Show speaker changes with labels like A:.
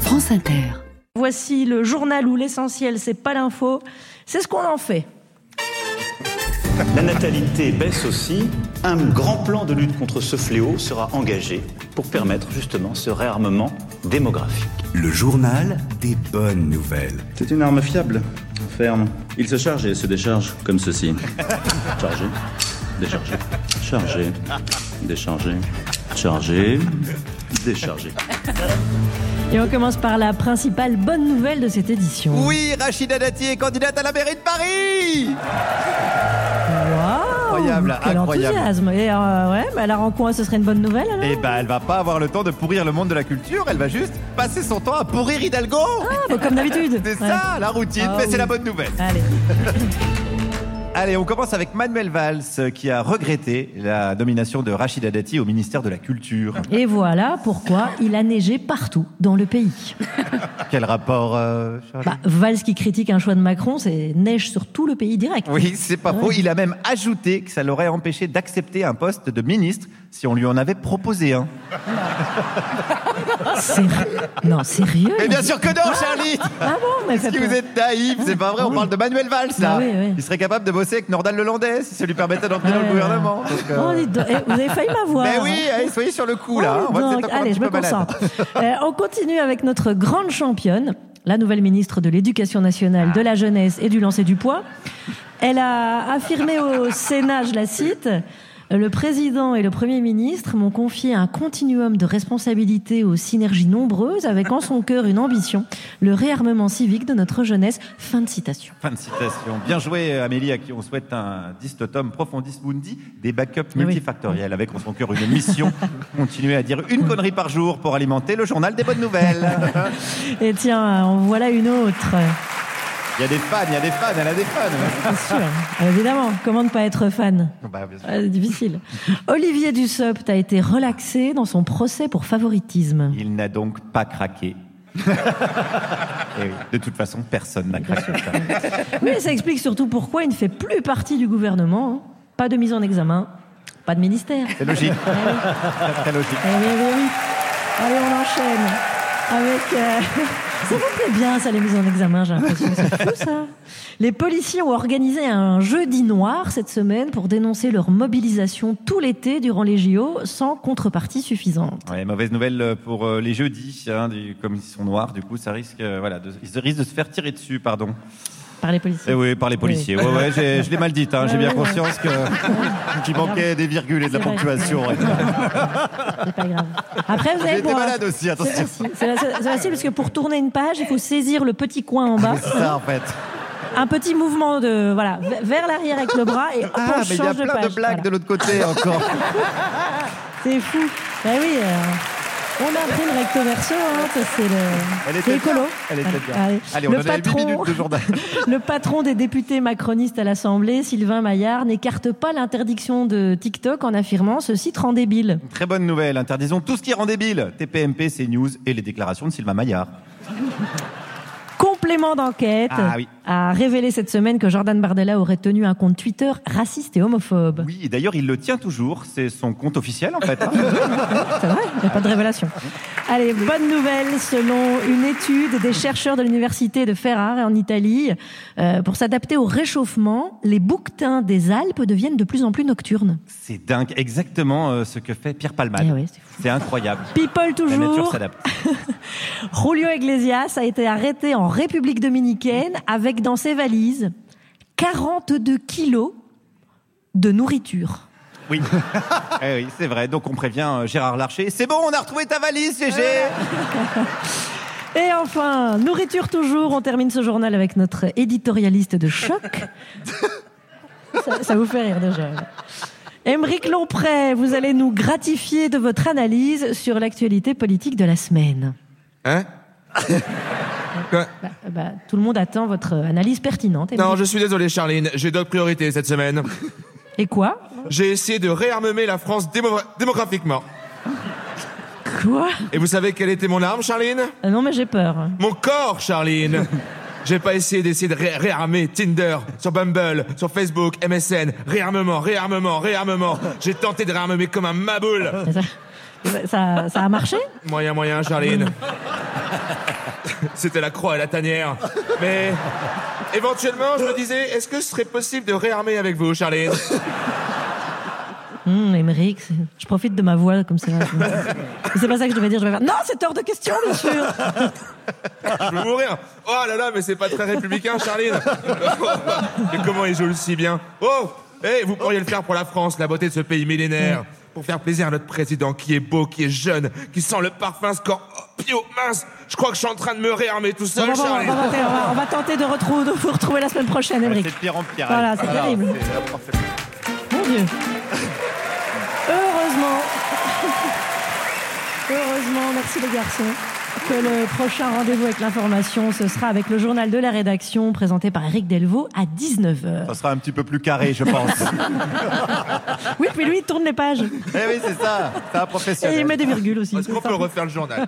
A: France Inter.
B: Voici le journal où l'essentiel, c'est pas l'info, c'est ce qu'on en fait.
C: La natalité baisse aussi. Un grand plan de lutte contre ce fléau sera engagé pour permettre justement ce réarmement démographique.
D: Le journal des bonnes nouvelles.
E: C'est une arme fiable, ferme. Il se charge et se décharge comme ceci. Chargé, déchargé, chargé, déchargé, chargé, déchargé.
B: Et on commence par la principale bonne nouvelle de cette édition.
F: Oui, Rachida Dati est candidate à la mairie de Paris
B: Waouh
F: Incroyable,
B: Quel
F: incroyable.
B: enthousiasme Et euh, ouais, bah, alors en quoi ce serait une bonne nouvelle alors
F: Eh ben, elle va pas avoir le temps de pourrir le monde de la culture, elle va juste passer son temps à pourrir Hidalgo
B: Ah, bah, Comme d'habitude
F: C'est
B: Ouais.
F: ça, la routine,
B: Ah
F: mais c'est
B: oui.
F: la bonne nouvelle
B: Allez.
F: Allez, on commence avec Manuel Valls, euh, qui a regretté la nomination de Rachida Dati au ministère de la Culture.
B: Et voilà pourquoi il a neigé partout dans le pays.
F: Quel rapport, euh, Charlie
B: Bah, Valls qui critique un choix de Macron, c'est neige sur tout le pays direct.
F: Oui, c'est pas faux. Il a même ajouté que ça l'aurait empêché d'accepter un poste de ministre si on lui en avait proposé un.
B: Sérieux Non, sérieux
F: Mais bien sûr que non, Charlie
B: Ah bon mais
F: Si
B: fais
F: vous
B: peur.
F: êtes naïf, c'est pas vrai, on parle de Manuel Valls là.
B: Bah oui, oui.
F: Il serait capable de bosser avec Nordal Lelandais si ça lui permettait d'entrer dans le
B: Ouais.
F: gouvernement. Donc, euh,
B: Oh, dites donc. Eh, vous avez failli m'avoir.
F: Mais oui, allez, soyez sur le coup là. hein.
B: Oh,
F: On va
B: donc,
F: peut-être encore un
B: allez,
F: petit
B: je me
F: peu malade.
B: concentre. Euh, on continue avec notre grande championne, la nouvelle ministre de l'Éducation nationale, de la jeunesse et du lancer du poids. Elle a affirmé au Sénat, je la cite, le président et le premier ministre m'ont confié un continuum de responsabilités aux synergies nombreuses, avec en son cœur une ambition, le réarmement civique de notre jeunesse. Fin de citation.
F: Fin de citation. Bien joué euh, Amélie, à qui on souhaite un distotum profondis mundi, des backups
B: Ah Oui.
F: multifactoriels, avec en son cœur une mission, continuer à dire une connerie par jour pour alimenter le journal des bonnes nouvelles.
B: Et tiens, en voilà une autre.
F: Il y a des fans, il y a des fans, elle a des fans.
B: Bien sûr, évidemment. Comment ne pas être fan
F: Bah, bien sûr.
B: Ah, c'est difficile. Olivier Dussopt a été relaxé dans son procès pour favoritisme.
F: Il n'a donc pas craqué. Eh oui, De toute façon, personne n'a craqué.
B: Mais ça explique surtout pourquoi il ne fait plus partie du gouvernement. hein. Pas de mise en examen, pas de ministère. Ah
F: C'est logique. Très, très logique.
B: Eh oui, oui, oui. Allez, on enchaîne avec. euh, Ça vous plaît bien, ça, les mises en examen, j'ai l'impression. C'est fou, ça. Les policiers ont organisé un jeudi noir cette semaine pour dénoncer leur mobilisation tout l'été durant les JO sans contrepartie suffisante.
F: Ouais, mauvaise nouvelle pour euh, les jeudis, hein, du- comme ils sont noirs, du coup, ça risque, euh, voilà, de- ils risquent de se faire tirer dessus, pardon.
B: Par les
F: Et
B: policiers.
F: Eh oui, par les policiers. Ouais, ouais, j'ai- je l'ai mal dit, hein, j'ai bien
B: Ouais, ouais,
F: conscience que qu'il manquait des virgules et de la
B: C'est vrai.
F: ponctuation. ouais.
B: C'est pas grave. Après, vous avez
F: J'étais
B: pour.
F: malade aussi,
B: C'est
F: attention.
B: facile. C'est facile, c'est facile parce que pour tourner une page, il faut saisir le petit coin en bas,
F: C'est ça en fait.
B: un petit mouvement de voilà v- vers l'arrière avec le bras et hop,
F: Ah,
B: on
F: mais il y a
B: change de
F: plein
B: page.
F: de blagues de l'autre côté encore.
B: Voilà. C'est fou. Ben oui. euh, on imprime recto verso, hein, ça, c'est le.
F: Elle
B: c'est
F: était
B: écolo.
F: bien. Elle était bien.
B: Allez,
F: Allez, on
B: le
F: en a eu huit
B: patron-
F: minutes de journal.
B: Le patron des députés macronistes à l'Assemblée, Sylvain Maillard, n'écarte pas l'interdiction de TikTok en affirmant ce site rend débile.
F: Très bonne nouvelle, interdisons tout ce qui rend débile. TPMP, CNews et les déclarations de Sylvain Maillard.
B: Complément d'enquête
F: Ah oui.
B: a révélé cette semaine que Jordan Bardella aurait tenu un compte Twitter raciste et homophobe.
F: Oui, et d'ailleurs, il le tient toujours. C'est son compte officiel, en fait. hein.
B: C'est vrai, Ah il n'y a pas de révélation. Allez, bonne nouvelle, selon une étude des chercheurs de l'université de Ferrare en Italie, euh, pour s'adapter au réchauffement, les bouquetins des Alpes deviennent de plus en plus nocturnes.
F: c'est dingue. Exactement euh, ce que fait Pierre Palmade.
B: Eh oui, c'est fou.
F: c'est incroyable.
B: People
F: La nature
B: toujours.
F: s'adapte.
B: Julio Iglesias a été arrêté en République dominicaine avec dans ses valises 42 kilos de nourriture.
F: Oui. Eh oui, c'est vrai. Donc, on prévient euh, Gérard Larcher. C'est bon, on a retrouvé ta valise, Euh, GG.
B: Euh, Et enfin, nourriture toujours, on termine ce journal avec notre éditorialiste de choc. ça, ça vous fait rire déjà. Émeric Lompré, vous allez nous gratifier de votre analyse sur l'actualité politique de la semaine.
G: Hein Quoi
B: Bah, bah, tout le monde attend votre analyse pertinente. Émeric.
G: Non, je suis désolé, Charline. J'ai d'autres priorités cette semaine.
B: Et quoi
G: J'ai essayé de réarmer la France démo- démographiquement.
B: Quoi
G: Et vous savez quelle était mon arme, Charline
B: Ah Non mais j'ai peur.
G: Mon corps, Charline J'ai pas essayé d'essayer de ré- réarmer Tinder, sur Bumble, sur Facebook, MSN. Réarmement, réarmement, réarmement. J'ai tenté de réarmer comme un maboule.
B: Ça, ça- ça a marché
G: Moyen, moyen, Charline. C'était la croix et la tanière. Mais éventuellement, je me disais, est-ce que ce serait possible de réarmer avec vous, Charline
B: Hum, Émeric, c'est- je profite de ma voix comme ça. c'est pas ça que je devais dire. Je devais faire. Non, c'est hors de question, bien sûr.
G: Je vais mourir. Oh là là, mais c'est pas très républicain, Charline. Mais comment il joue le si bien Oh, eh, vous pourriez le faire pour la France, la beauté de ce pays millénaire. Pour faire plaisir à notre président qui est beau, qui est jeune, qui sent le parfum Scorpio. Mince, je crois que je suis en train de me réarmer tout
B: Bon,
G: seul,
B: bon, bon, on, va,
G: Charline.
B: on va- on va tenter de, retrou- de vous retrouver la semaine prochaine, Émeric.
F: Ah, C'est de pire en pire.
B: Voilà, c'est
F: Alors,
B: terrible.
F: c'est-
B: Mon Dieu. Heureusement. Heureusement, merci les garçons. Que le prochain rendez-vous avec l'information, ce sera avec le journal de la rédaction présenté par Eric Delvaux à 19h.
F: Ça sera un petit peu plus carré, je pense.
B: Oui, puis lui, il tourne les pages.
F: eh oui, c'est ça. C'est un
B: Et
F: professionnel.
B: il met des virgules aussi.
G: Est-ce qu'on peut refaire le journal